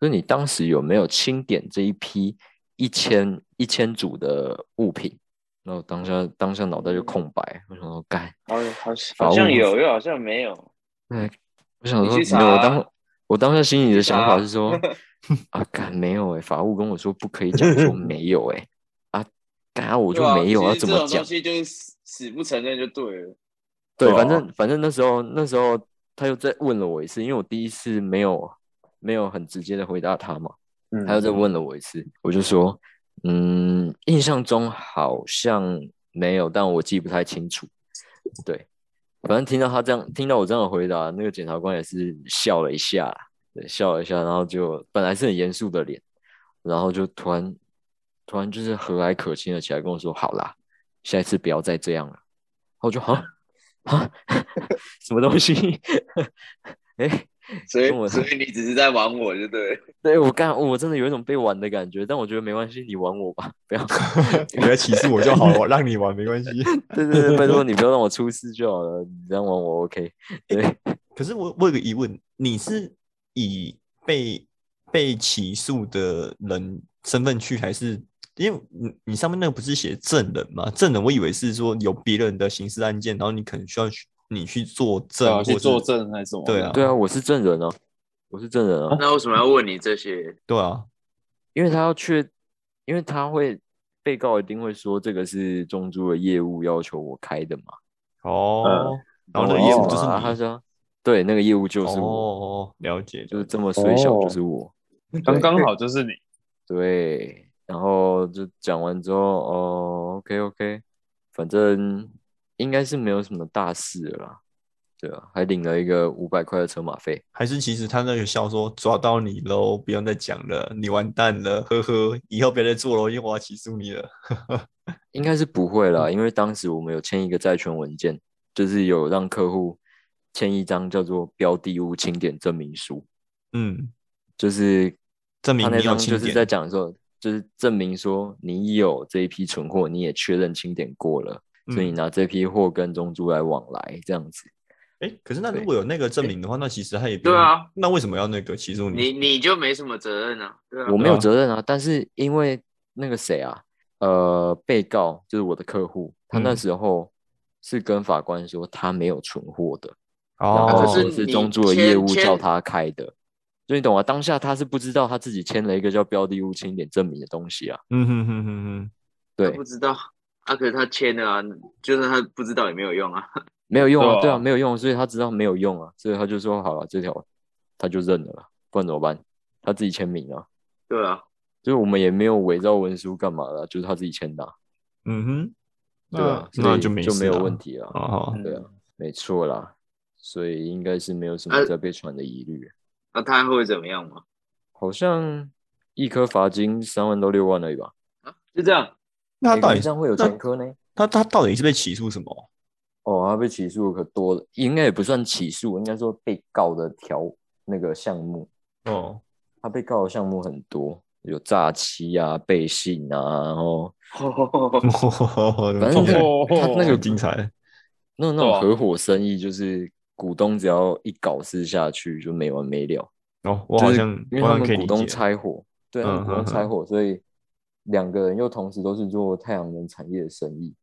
S3: 就是你当时有没有清点这一批一千一千组的物品？然后当下当下脑袋就空白，我想说干，
S1: 好像好像
S3: 法务
S1: 好像有，又好像没有。
S3: 我想
S1: 你
S3: 说
S1: 去查
S3: 没有，我当我当下心里的想法
S1: 你去查
S3: 是说 啊干没有哎、法务跟我说不可以讲 说没有哎、啊干啊我
S1: 我
S3: 就没有，要怎么
S1: 这种
S3: 讲
S1: 东？西就是死死不承认就对了。
S3: 对，
S4: 对
S3: 反
S4: 啊
S3: 正反正那时候那时候他又再问了我一次，因为我第一次没有没有很直接的回答他嘛，
S4: 嗯
S3: 他又再问了我一次，我就说，嗯，印象中好像没有，但我记不太清楚。对，反正听到他这样，听到我这样的回答，那个检察官也是笑了一下，对，笑了一下，然后就本来是很严肃的脸，然后就突然突然就是和蔼可亲的起来跟我说：“好啦，下一次不要再这样了。”然后我就好啊， 什么东西？ 哎、
S1: 所以
S3: 跟我
S1: 所以你只是在玩我就对了，
S3: 对我干，我真的有一种被玩的感觉，但我觉得没关系，你玩我吧，不要。
S2: 你来歧视我就好了，我让你玩没关系。
S3: 对对对，拜托你不要让我出事就好了，你这样玩我 OK。对，
S2: 可是我我有个疑问，你是以被被起诉的人身份去，还是因为你你上面那个不是写证人吗？证人我以为是说有别人的刑事案件，然后你可能需要去你去作证，
S6: 对
S4: 嗯
S6: 啊，
S2: 或
S6: 去
S2: 是
S6: 作。证还是什么？
S2: 对啊
S3: 对啊，我是证人哦，我是证人哦，
S5: 那为什么要问你这些？
S2: 对啊，
S3: 因为他要确，因为他会被告一定会说这个是中珠的业务要求我开的嘛，
S2: 哦，然后那
S3: 我
S2: 个
S6: 哦
S2: 业务就是
S3: 啊他
S2: 你，
S3: 说对，那个业务就是我，
S2: 哦，了解，
S3: 就是这么虽小就
S6: 哦
S3: 是我，
S4: 刚刚好就是你，
S3: 对，然后就讲完之后，哦，OK OK，反正应该是没有什么大事了啦，对啊，还领了一个五百块的车马费，
S2: 还是其实他那个笑说抓到你喽，不用再讲了，你完蛋了，呵呵，以后别再做了，因为我要起诉你了。
S3: 应该是不会
S2: 嗯
S3: 啦，因为当时我们有签一个债权文件，就是有让客户签一张叫做标的物清点证明书，
S2: 嗯，
S3: 就是
S2: 证
S3: 他
S2: 明
S3: 那
S2: 你有
S3: 张
S2: 清
S3: 就
S2: 点，
S3: 是在讲说，就是证明说你有这一批存货，你也确认清点过了，所以你
S2: 嗯
S3: 拿这批货跟中珠来往来这样子。
S2: 哎、可是那
S3: 对
S2: 如果有那个证明的话，那其实他也不
S5: 对
S2: 用
S5: 啊，
S2: 那为什么要那个起诉
S5: 你你就没什么责任啊，对啊，
S3: 我没有
S2: 啊
S3: 责任啊，但是因为那个谁啊，呃，被告就是我的客户，他那
S2: 嗯
S3: 时候是跟法官说他没有存货的，然
S2: 哦
S3: 后
S5: 可是
S3: 说是
S5: 你
S3: 中珠的业
S5: 签
S3: 务
S5: 签
S3: 叫他开的，所以你懂吗？当下他是不知道他自己签了一个叫标的物清点证明的东西啊，
S2: 嗯哼哼哼哼，
S5: 他
S3: 对，
S5: 不知道啊，可是他签了啊，就算他不知道也没有用啊。
S3: 没有用啊，
S4: 对
S3: 对啊，
S4: 啊
S3: 没有用，所以他知道没有用啊，所以他就说好了，这条他就认了啦，不然怎么办？他自己签名啊，
S5: 对啊，
S3: 就是我们也没有伪造文书干嘛的啊，就是他自己签的啊、
S2: 嗯哼，
S3: 对啊，
S2: 那
S3: 所
S2: 嗯那
S3: 以
S2: 就没
S3: 就
S2: 事
S3: 没有
S2: 啦
S3: 问题了，
S2: 哦，
S3: 对啊，没错啦，所以应该是没有什么
S5: 呃
S3: 再被传的疑虑，
S5: 那他会怎么样吗？
S3: 好像一颗罚金三万到六万而已吧，
S5: 啊就 这样，
S2: 那他
S3: 每
S2: 到底
S3: 个人上会有
S2: 那
S3: 前科呢？
S2: 他他到底是被起诉什么？
S3: 哦，他被起诉可多了，应该也不算起诉，应该说被告的条那个项目，
S2: 哦，
S3: 他被告的项目很多，有诈欺啊、背信啊，然后 反正
S2: 反
S3: 那个他那个
S2: 哦精彩，
S3: 那那
S4: 对
S3: 种
S4: 啊
S3: 合伙生意，就是股东只要一搞事下去就没完没了。
S2: 哦，我
S3: 就
S2: 好
S3: 是
S2: 像
S3: 因为
S2: 我
S3: 他
S2: 好像可
S3: 们
S2: 以
S3: 股
S2: 理
S3: 东
S2: 解，
S3: 拆伙，对，他们
S2: 嗯
S3: 股东
S2: 嗯
S3: 拆
S2: 嗯
S3: 伙，所以两个人又同时都是做太阳能产业的生意。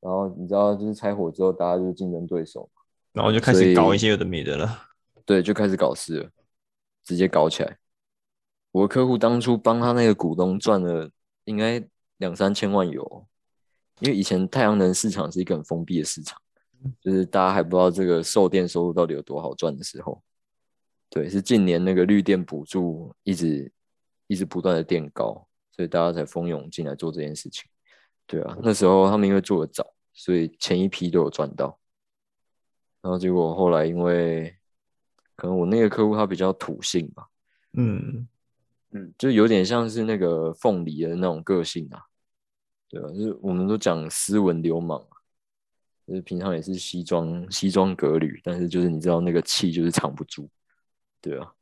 S3: 然后你知道，就是拆伙之后，大家就是竞争对手嘛，
S2: 然后就开
S3: 所以
S2: 始搞一些有的没的了。
S3: 对，就开始搞事了，直接搞起来。我的客户当初帮他那个股东赚了应该两三千万有哦，因为以前太阳能市场是一个很封闭的市场，就是大家还不知道这个售电收入到底有多好赚的时候，对，是近年那个绿电补助一直一直不断的垫高，所以大家才蜂拥进来做这件事情。对啊，那时候他们因为做的早，所以前一批都有赚到，然后结果后来因为可能我那个客户他比较土性吧。
S2: 嗯，
S3: 就有点像是那个凤梨的那种个性啊，对吧、就是我们都讲斯文流氓啊，就是平常也是西装西装革履，但是就是你知道那个气就是藏不住，对啊，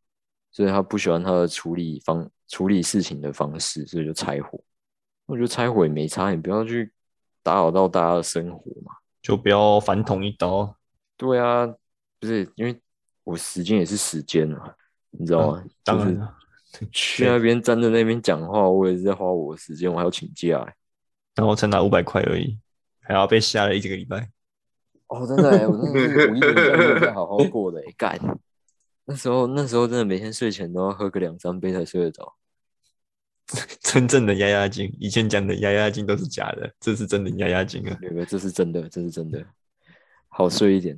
S3: 所以他不喜欢他的处理方处理事情的方式，所以就拆伙。我觉得拆伙也没差，你不要去打扰到大家的生活嘛。
S2: 就不要反捅一刀。
S3: 对啊，不是因为我时间也是时间啊，你知道吗？
S2: 嗯当
S3: 就是
S2: 然了，
S3: 去那边站在那边讲话，我也是在花我的时间，我还要请假、欸。
S2: 然后才拿五百块而已，还要被吓了一整个礼拜。
S3: 哦，真的、欸，我真的是五一年都没有再好好过的、欸，干。 那时候那时候真的每天睡前都要喝个两三杯才睡得着。
S2: 真正的压压惊，以前讲的压压惊都是假的，这是真的压压惊啊。
S3: 有个这是真的，这是真的，好睡一点，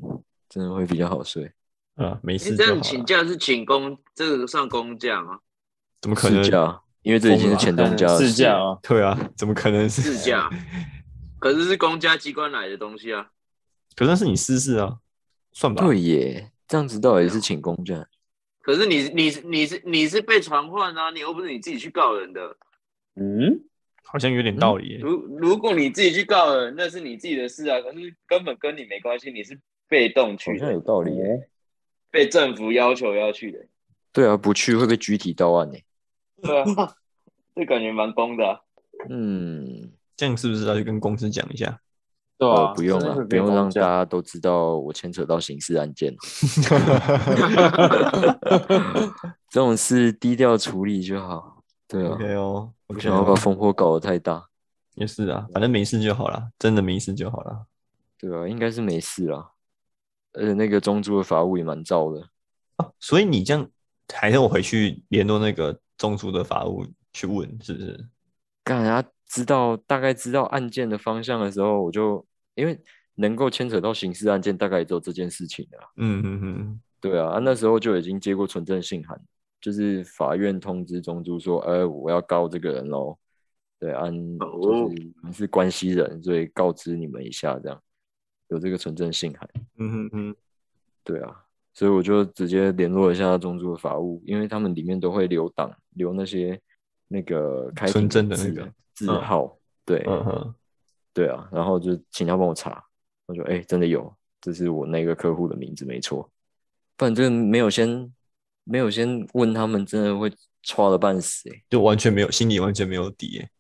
S3: 真的会比较好睡。
S2: 啊，没
S5: 你
S2: 事
S5: 哎这
S2: 就好
S5: 样
S2: 了。
S5: 请假是请工，这个算工假吗？
S2: 怎么可能
S3: 试？驾，因为这已经
S2: 疯
S3: 是
S2: 了
S3: 前东家的
S6: 试
S3: 事
S6: 驾。
S4: 哦
S6: 啊，
S2: 对啊，怎么可能是
S5: 自 驾？可是是公家机关来的东西啊，
S2: 可是那是你私事啊，算吧。
S3: 对耶，这样子到底是请公假？
S5: 可是你你你是你是被传唤啊，你又不是你自己去告人的。
S6: 嗯，
S2: 好像有点道理耶、
S5: 如如果你自己去告人，那是你自己的事啊，可是根本跟你没关系，你是被动
S3: 好
S5: 去
S3: 像
S5: 的，
S3: 有道理耶、欸
S5: 被政府要求要去的。
S3: 对啊，不去会被拘提到案呢、欸
S5: 对啊，这感觉蛮公的啊、
S3: 嗯，
S2: 这样是不是要去跟公司讲一 下？
S6: 对
S3: 哦
S6: 啊，，
S3: 不用
S6: 真的
S3: 了
S6: 会，
S3: 不
S6: 被
S3: 用让
S6: 公
S3: 大
S6: 讲
S3: 家都知道我牵扯到刑事案件。这种事低调处理就好。对啊，
S2: OK 哦，我
S3: 不
S2: 觉
S3: 想要把
S2: 得
S3: 风波搞得太大。
S2: 也是啊，反正没事就好啦，真的没事就好啦。
S3: 对啊，应该是没事啦。而且那个中珠的法务也蛮燥的。
S2: 啊，所以你这样，还是我回去联络那个中租的法务去问，是不是？
S3: 干他知道大概知道案件的方向的时候，我就因为能够牵扯到刑事案件，大概也只有这件事情了。
S2: 嗯嗯嗯，
S3: 对啊，啊那时候就已经接过纯正信函，就是法院通知中珠说，呃，我要告这个人喽。对，按就
S5: 哦
S3: 是你们是关系人，所以告知你们一下，这样有这个纯正信函。
S2: 嗯嗯嗯，
S3: 对啊，所以我就直接联络一下中珠的法务，因为他们里面都会留档，留那些那个开
S2: 纯
S3: 庭
S2: 正的
S3: 字
S2: 那个
S3: 字
S2: 嗯
S3: 号，对，
S2: 嗯哼，
S3: 对啊，然后就请他帮我查，我说哎、诶真的有，这是我那个客户的名字没错，不然这个没有先没有先问他们，真的会差的半死哎、欸。
S2: 就完全没有，心里完全没有底耶。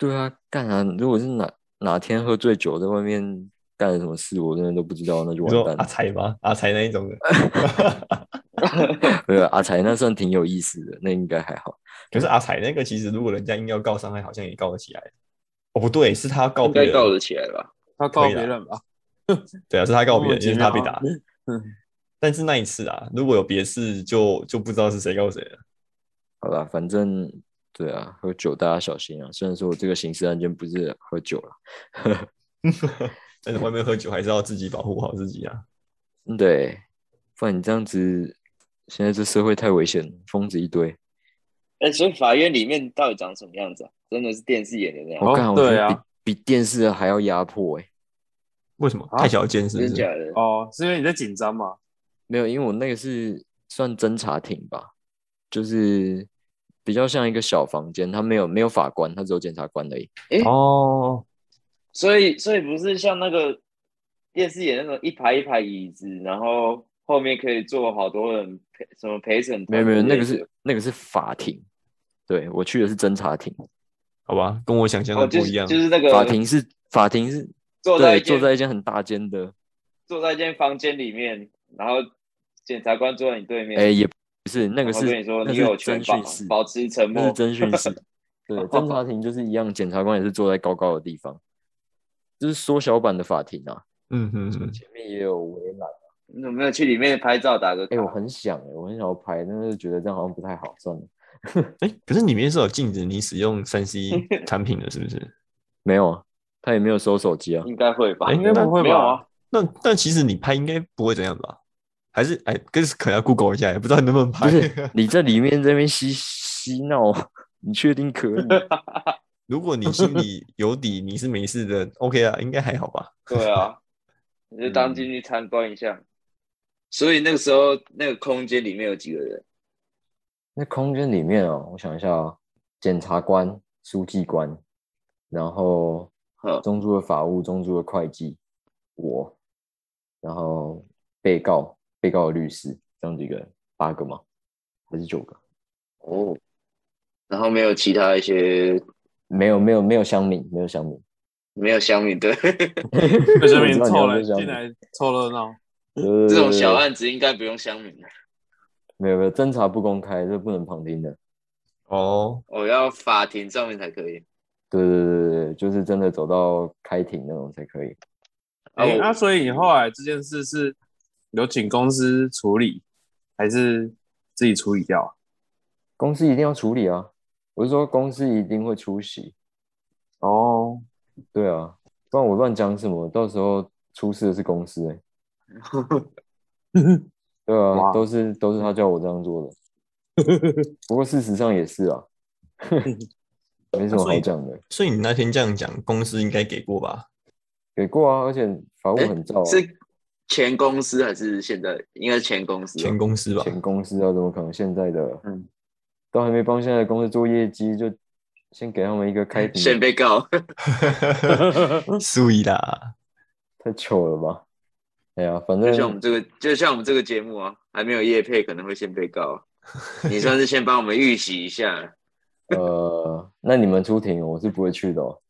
S3: 对啊，干啊！如果是哪哪天喝醉酒在外面干了什么事，我真的都不知道，那就
S2: 你
S3: 完
S2: 说
S3: 蛋
S2: 阿
S3: 了。
S2: 才吗？阿才那一 种的，
S3: 对啊，阿才那算挺有意思的，那应该还好。
S2: 可是阿才那个其实如果人家硬要告伤害，好像也告得起来。哦，不对，是他要告
S5: 应
S2: 别
S5: 该
S2: 人，
S5: 告得起来吧？
S6: 他告
S2: 可以
S6: 别
S2: 啦
S6: 人吧，
S2: 对啊，是他告
S5: 哦
S2: 别
S6: 莫
S2: 人，
S6: 名
S2: 因为
S6: 其
S2: 他
S6: 妙
S2: 被打。
S6: 嗯
S2: 但是那一次啊，如果有别事，就就不知道是谁告谁了。
S3: 好啦，反正对啊，喝酒大家小心啊。虽然说我这个刑事案件不是喝酒了，
S2: 但是外面喝酒还是要自己保护好自己啊。
S3: 嗯对，不然你这样子，现在这社会太危险了，疯子一堆。
S5: 哎、所以法院里面到底长什么样子啊？真的是电视演的那样，
S3: 我
S6: 哦
S3: 看、我觉
S6: 对
S3: 得
S6: 啊
S3: 比、比电视的还要压迫哎、
S2: 为什么？
S6: 啊
S2: 太小见是
S5: 真
S2: 不
S5: 的假
S2: 是？
S5: 的？
S6: 哦，是因为你在紧张嘛？
S3: 没有，因为我那个是算侦查庭吧，就是比较像一个小房间，他没有没有法官，他只有检察官而已。
S2: 哦，
S5: 所以所以不是像那个电视演那种一排一排椅子，然后后面可以坐好多人陪什么陪审
S3: 没
S5: 团
S3: 有没
S5: 之
S3: 有，那
S5: 类
S3: 个
S5: 的
S3: 是那个是法庭，对我去的是侦查庭，
S2: 好吧，跟我想象
S5: 哦，
S2: 的
S5: 就
S2: 不
S5: 是
S2: 一样。
S5: 就是那个
S3: 法庭是法庭是
S5: 坐在
S3: 对
S5: 一间
S3: 坐在一间很大间的。
S5: 坐在一间房间里面，然后检察官坐在你对面，
S3: 哎、也不是那
S5: 然
S3: 个
S5: 后
S3: 是
S5: 跟你说
S3: 那
S5: 你
S3: 是
S5: 有
S3: 侦
S5: 权
S3: 讯
S5: 保
S3: 室，
S5: 保持沉
S3: 那是
S5: 默，
S3: 侦讯室。 对，侦查庭就是一样，检察官也是坐在高高的地方，就是缩小版的法庭啊。
S2: 嗯嗯嗯，
S3: 前面也有围栏，
S5: 你有没有去里面拍照打个卡？
S3: 哎、我很想、欸，我很想要拍，但是觉得这样好像不太好，算了。
S2: 哎、可是里面是有禁止你使用 三 C 产品的，是不是？
S3: 没有啊，他也没有收手机啊。
S5: 应该会吧？
S2: 哎
S6: 应该不会
S5: 没有啊
S6: 吧？，
S2: 那但其实你拍应该不会怎样吧？还是哎，可是可能要 Google 一下，也不知道能不能
S3: 不
S2: 拍。
S3: 是你在里面这边嬉嬉闹，你确定可以？
S2: 如果你心里有底， 你是没事的，OK 啊，应该还好吧？
S5: 对 啊，你就
S3: 嗯
S5: 当进去参观一下。所以那个时候，那个空间里面有几个人？
S3: 那空间里面哦，我想一下哦，检察官、书记官，然后
S5: 呵
S3: 中珠的法务、中珠的会计，我，然后被告、被告的律师，这样几个人，八个吗？还是九个？
S5: 哦，然后没有其他一些
S3: 没有，没有，没有乡民，没有乡民。
S5: 没有乡民对，
S6: 被人
S3: 我知
S6: 民
S3: 道你
S6: 凑
S3: 要
S6: 来
S3: 说乡
S6: 进
S3: 民
S6: 来凑热闹，
S3: 呃
S5: 这种小案子应该不用乡民了。
S3: 没有没有侦查不公开，这不能旁听的。
S2: 哦，
S5: 我要法庭上面才可以。
S3: 对对对对对，就是真的走到开庭那种才可以。
S5: 啊
S6: 哎、
S5: 我
S6: 那所以你后来这件事是有请公司处理，还是自己处理掉？啊
S3: 公司一定要处理啊！我是说公司一定会出席。
S6: 哦，
S3: 对啊，不然我乱讲什么，到时候出事的是公司哎、
S6: 嗯
S3: 对啊，
S6: 哇
S3: 都是都是他叫我这样做的。不过事实上也是啊，没什么好讲的，
S2: 所以你那天这样讲，公司应该给过吧？
S3: 给过啊，而且法务
S5: 哎
S3: 很照、啊
S5: 是前公司还是现在？应该是前公司吧。
S2: 前公司吧，
S3: 前公司啊，怎么可能现在的？
S5: 嗯，
S3: 都还没帮现在的公司做业绩，就先给他们一个开平，
S5: 先被告，
S2: 苏怡啦，
S3: 太糗了吧？哎呀，反
S5: 就像我
S3: 正
S5: 们这个，就像我们这个节目啊，还没有业配，可能会先被 告。你算是先帮我们预习一下，
S3: 呃，那你们出庭，我是不会去的、哦。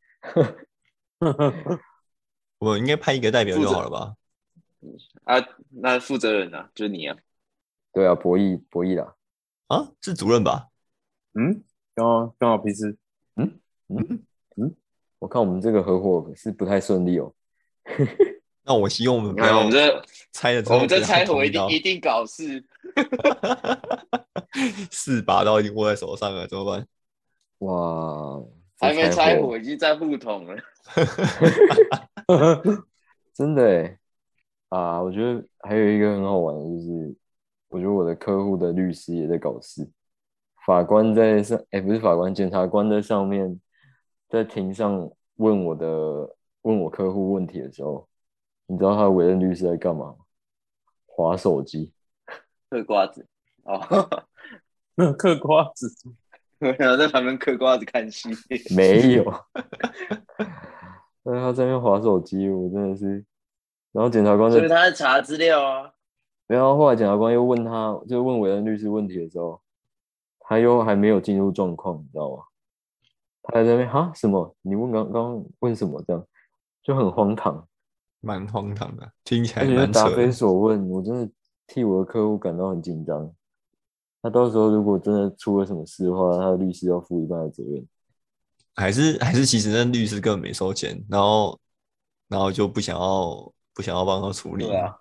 S2: 我们应该派一个代表就好了吧？
S5: 啊，那负责人啊，就是你啊，
S3: 对啊，博弈博弈啦，
S2: 啊，是主任吧？
S6: 嗯，刚好刚好平时
S3: 我看我们这个合伙是不太顺利哦。
S2: 那我希望我们
S5: 你
S2: 不
S5: 看
S2: 要
S5: 我们这，
S2: 猜了之后，
S5: 我们这拆伙一定一定搞事。
S2: 四把刀已经握在手上了，怎么办？
S3: 哇，这
S5: 还没拆
S3: 伙
S5: 伙，已经在互捅了。
S3: 真的欸啊，我觉得还有一个很好玩的就是，我觉得我的客户的律师也在搞事，法官在上，哎、不是法官，检察官在上面，在庭上问我的问我客户问题的时候，你知道他的委任律师在干嘛吗？划手机，
S5: 嗑瓜子哦，
S4: 嗑瓜子，
S5: 然后在旁边嗑瓜子看戏。
S3: 没有， 但是他在那边划手机，我真的是，然后检察官在
S5: 所以他在查资料啊。
S3: 然后后来检察官又问他，就问韦恩律师问题的时候，他又还没有进入状况，你知道吗？他还在那边哈什么？你问刚刚问什么？这样就很荒唐，
S2: 蛮荒唐的，听起来
S3: 而且
S2: 哎蛮
S3: 就答
S2: 扯
S3: 非
S2: 的。
S3: 所问。我真的替我的客户感到很紧张。他到时候如果真的出了什么事的话，他的律师要负一半的责任。
S2: 还是 还是，其实那律师根本没收钱，然后然后就不想要不想要帮他处理。
S5: 对啊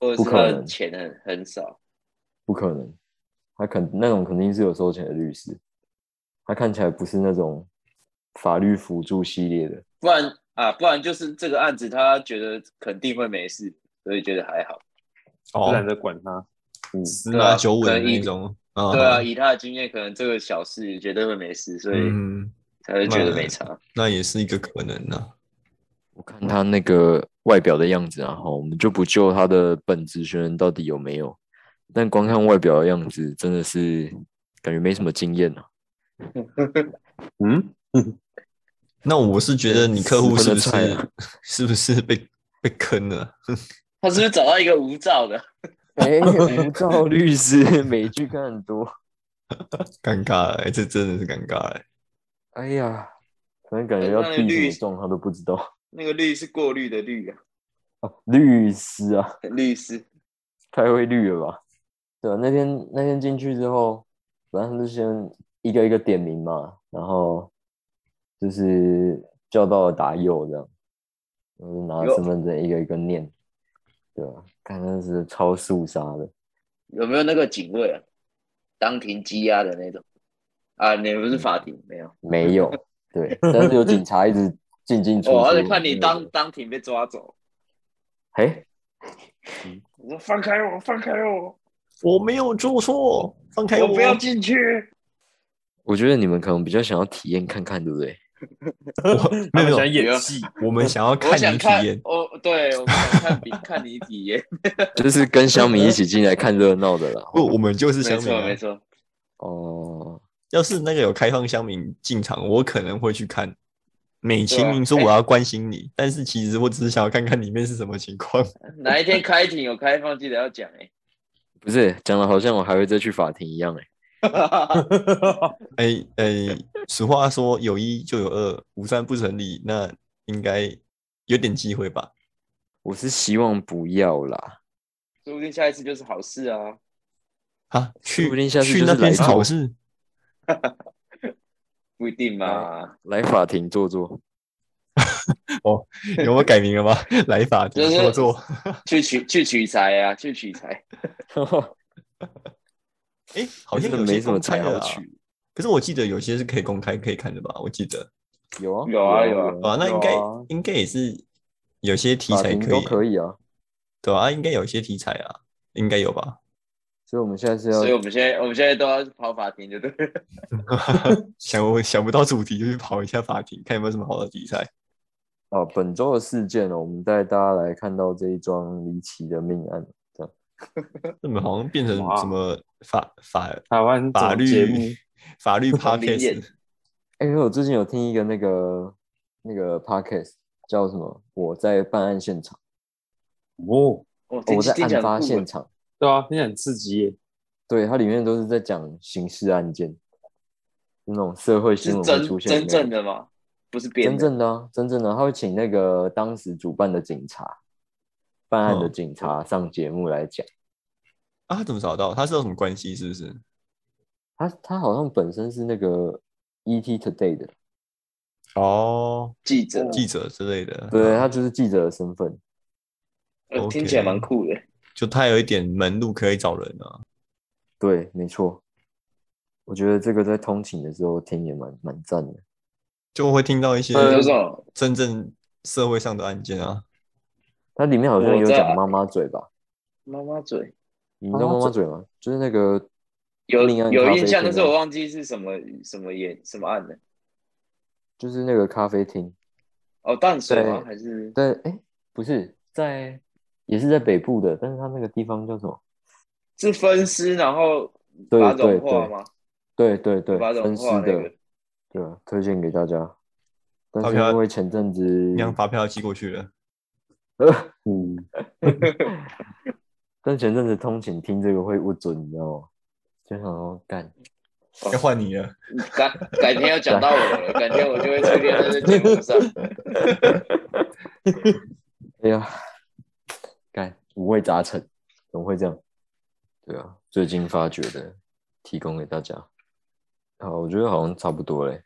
S5: 或者
S3: 不
S5: 是
S3: 可
S5: 他的
S3: 能
S5: 钱很很少，
S3: 不可能，他肯那种肯定是有收钱的律师，他看起来不是那种法律辅助系列的。
S5: 不然啊，不然就是这个案子他觉得肯定会没事，所以觉得还好。
S2: 哦
S6: 不，懒得管他。
S2: 十
S5: 对啊
S2: 拿九稳的
S5: 可能一
S2: 那种。啊
S5: 对啊，以他的经验，可能这个小事绝对会没事，所以
S2: 嗯，
S5: 才会觉得没差。
S2: 那也是一个可能呢。
S3: 我看他那个外表的样子啊，然后我们就不就他的本职学员到底有没有，但光看外表的样子，真的是感觉没什么经验啊。
S6: 嗯，
S2: 那我是觉得你客户是不是
S3: 十分的菜
S5: 啊
S2: 是不是被被坑了？
S5: 他是不是找到一个无照的？
S3: 哎、吴兆律师美剧看很多，
S2: 尴尬了、欸，这真的是尴尬了、欸。
S3: 哎呀，可能感觉要
S5: 哎那个
S3: 递什
S5: 律
S3: 么状他都不知道。
S5: 那个律是过滤的滤啊，
S3: 啊律师啊，
S5: 律师。
S3: 太会绿了吧？对啊，那天那天进去之后，反正他们就先一个一个点名嘛，然后就是叫到了打右这样，然后就拿着
S5: 哟
S3: 身份证一个一个念，对吧、啊？看那是超肃杀的，
S5: 有没有那个警卫啊？当庭羁押的那种啊？你们不是
S2: 嗯
S5: 法庭没有？
S3: 没有对，但是有警察一直进进出出。
S5: 哦，而且看你
S3: 对
S5: 当，当庭被抓走，
S3: 哎，
S5: 我说放开我，放开我，
S2: 我没有做错，放开
S5: 我不要进去。
S3: 我觉得你们可能比较想要体验看看，对不对？
S2: 没有
S4: 他们
S2: 没
S4: 想
S2: 有，
S4: 演戏，
S2: 我们想要
S5: 我
S2: 看
S5: 想
S2: 你体
S5: 看
S2: 验，，
S5: 我对我想看你 看你体验，
S3: 就是跟乡民一起进来看热闹的 啦。
S2: 不，我们就是
S5: 没
S2: 香民、
S5: 错没
S2: 啊。
S5: 错，
S3: 哦，
S2: 要是那个有开放香民进场，我可能会去看。美其
S5: 对啊
S2: 名说
S5: 哎
S2: 我要关心你，但是其实我只是想要看看里面是什么情况。
S5: 哪一天开庭有开放，记得要讲哎、
S3: 不是讲的好像我还会再去法庭一样哎、
S5: 欸，
S2: 哎哎，俗话说有一就有二，无三不成立，那应该有点机会吧？
S3: 我是希望不要啦，
S5: 说不定下一次就是好事啊。
S2: 啊，去
S3: 不定下次
S2: 去
S3: 就是
S2: 那边
S3: 来
S2: 是好
S3: 做
S2: 事，
S5: 不一定嘛，
S3: 来法庭坐坐。
S2: 有没有改名了吗？来法庭
S5: 就是
S2: 做做。
S5: 去取去取材啊，去取材。
S2: 哎、好像
S3: 真的
S2: 有些
S3: 没什么
S2: 公开
S3: 才
S2: 的
S3: 好
S2: 啦
S3: 取。
S2: 可是我记得有些是可以公开可以看的吧？我记得
S3: 有啊，
S5: 有啊有啊
S2: 啊，那应该、
S6: 有啊
S2: 应该也是有些题
S3: 法
S2: 材
S3: 庭
S2: 可
S3: 都
S2: 以，
S3: 可以啊。
S2: 对啊，应该有些题材啊，应该有吧？
S3: 所以我们现在是
S5: 所以
S3: 要
S5: 我们现在我们现在都要跑法庭，就对了。
S2: 想我想不到主题就去跑一下法庭，看有没有什么好的题材。
S3: 哦，本周的事件哦，我们带大家来看到这一桩离奇的命案。
S2: 怎么好像变成
S4: 哇
S2: 什么法法
S4: 台湾
S2: 法
S4: 总节目
S2: 律法律 podcast
S3: 哎、我最近有听一个那个那个 podcast 叫什么？我在办案现场，
S4: 哦，
S5: 我
S3: 哦
S5: 听
S3: 我在
S5: 听起来很
S3: 案发
S5: 酷
S3: 现
S5: 欸
S3: 场。
S4: 对啊，你很刺激耶，
S3: 对，它里面都是在讲刑事案件，那种社会新
S5: 是
S3: 闻会出
S5: 真真
S3: 现的
S5: 正
S3: 那
S5: 的吗？不是
S3: 种
S5: 编
S3: 真
S5: 的，
S3: 正的啊，真正的，他会请那个当时主办的警察，办案的
S2: 嗯
S3: 警
S5: 哦
S3: 察上节目来讲。
S2: 啊？他怎么找到？他是有什么关系？是不是？
S3: 他他好像本身是那个 ET Today 的，
S2: 哦，
S5: 记者，
S2: 记者之类的，
S3: 对
S5: 哦
S2: 嗯
S3: 他就是记者的身份。
S5: 呃
S3: 哦
S2: OK
S5: 听起来蛮酷的。
S2: 就他有一点门路可以找人啊。
S3: 对，没错。我觉得这个在通勤的时候听也蛮蛮赞的。
S2: 就会听到一些
S5: 呃
S3: 嗯
S5: 有这种
S2: 真正社会上的案件啊。
S3: 它里面好像
S5: 我
S3: 有
S5: 在
S3: 讲妈妈嘴吧？
S5: 妈妈嘴，
S3: 你知道妈妈嘴吗？就是那个
S5: 有
S3: 命案
S5: 有
S3: 咖
S5: 印
S3: 啡
S5: 象，
S3: 厅
S5: 但是
S3: 啊
S5: 我忘记是什么什么演什么案了。
S3: 就是那个咖啡厅，
S5: 哦，淡水吗？
S3: 对
S5: 还是
S3: 在哎、不是在也是在北部的，但是它那个地方叫什么？
S5: 是分尸，然后
S3: 对
S5: 把
S3: 对
S5: 种
S3: 对
S5: 化吗？
S3: 对对对，
S5: 把种
S3: 分尸
S5: 化那
S3: 的
S5: 个，，
S3: 对啊，推荐给大家。但
S2: 发
S3: 是
S2: 票
S3: 因为前阵子，
S2: 你让发票寄过去了，
S6: 嗯，
S3: 但前阵子通勤听这个会不准，你知道吗？就想说干，
S5: 哦
S2: 要换你了。
S5: 改改天要讲到我了，改天我就会出现在这节目 上。
S3: 哎呀，干五味杂陈，怎么会这样？对啊，最近发掘的，提供给大家。好，我觉得好像差不多嘞。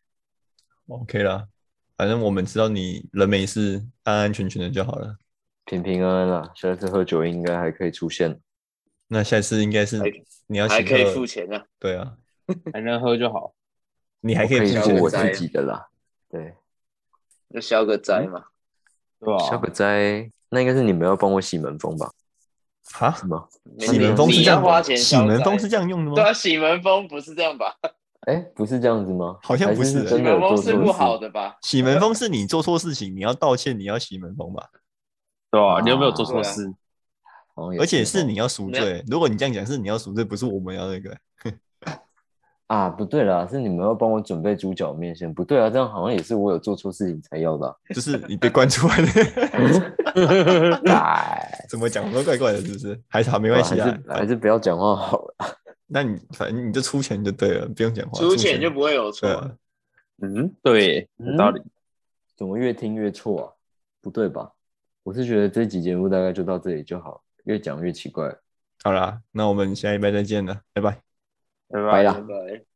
S2: OK 啦，反正我们知道你人没事，安安全全的就好了。
S3: 平平安安啦，下次喝酒应该还可以出现。
S2: 那下次应该是
S5: 还
S2: 你要
S5: 还
S2: 请
S5: 可以
S2: 客
S5: 付钱啊，
S2: 对啊，
S4: 还能喝就好。
S2: 你还可
S3: 我可以
S2: 以
S5: 消
S2: 付
S3: 付
S2: 钱
S5: 个
S3: 我
S5: 灾
S3: 自己的啦。对，
S5: 就消个灾嘛。
S4: 对吧、
S3: 消个灾，那应该是你们要帮我洗门风吧？
S2: 哈
S3: 是，吗？
S5: 没
S2: 嗯洗门
S5: 你
S2: 风是
S5: 你
S2: 这样
S5: 要花
S2: 吗？
S5: 钱
S2: 洗
S5: 消
S2: 门
S5: 灾
S2: 风是这样用的
S5: 对
S2: 吗？
S5: 啊，洗门风不是这样吧？
S3: 哎、不是这样子吗？
S2: 好像不
S3: 还是
S2: 是欸
S3: 真
S5: 洗
S3: 的有
S5: 门风
S3: 做错
S5: 是
S3: 事。
S5: 不好的吧？
S2: 洗门风是你做错事情，你要道歉，你要洗门风吧？
S4: 对吧、
S3: 啊
S4: 你有没有做错事？
S3: 好像也
S2: 而且
S3: 哦
S2: 是你要赎
S5: 没有
S2: 罪。如果你这样讲，是你要赎罪，不是我们要那个。
S3: 啊，不对啦，是你们要帮我准备猪脚面线。不对啊，这样好像也是我有做错事情才要的 啊、
S2: 就是你被关出来的，
S3: 哎，
S2: 怎么讲都怪怪的，是不是？还是好，没关系
S3: 还
S2: 啊
S3: 是。还是不要讲话好了。
S2: 那你反正你就出钱就对了，不用讲话。
S5: 出钱就不会有错
S2: 对
S5: 啊
S2: 啊。。
S4: 嗯，对耶，有道理。
S3: 怎么越听越错啊？不对吧？我是觉得这集节目大概就到这里就好，越讲越奇怪了。
S2: 好啦，那我们下一拜再见了，拜拜。
S4: 拜
S3: 拜啦。
S5: 拜拜。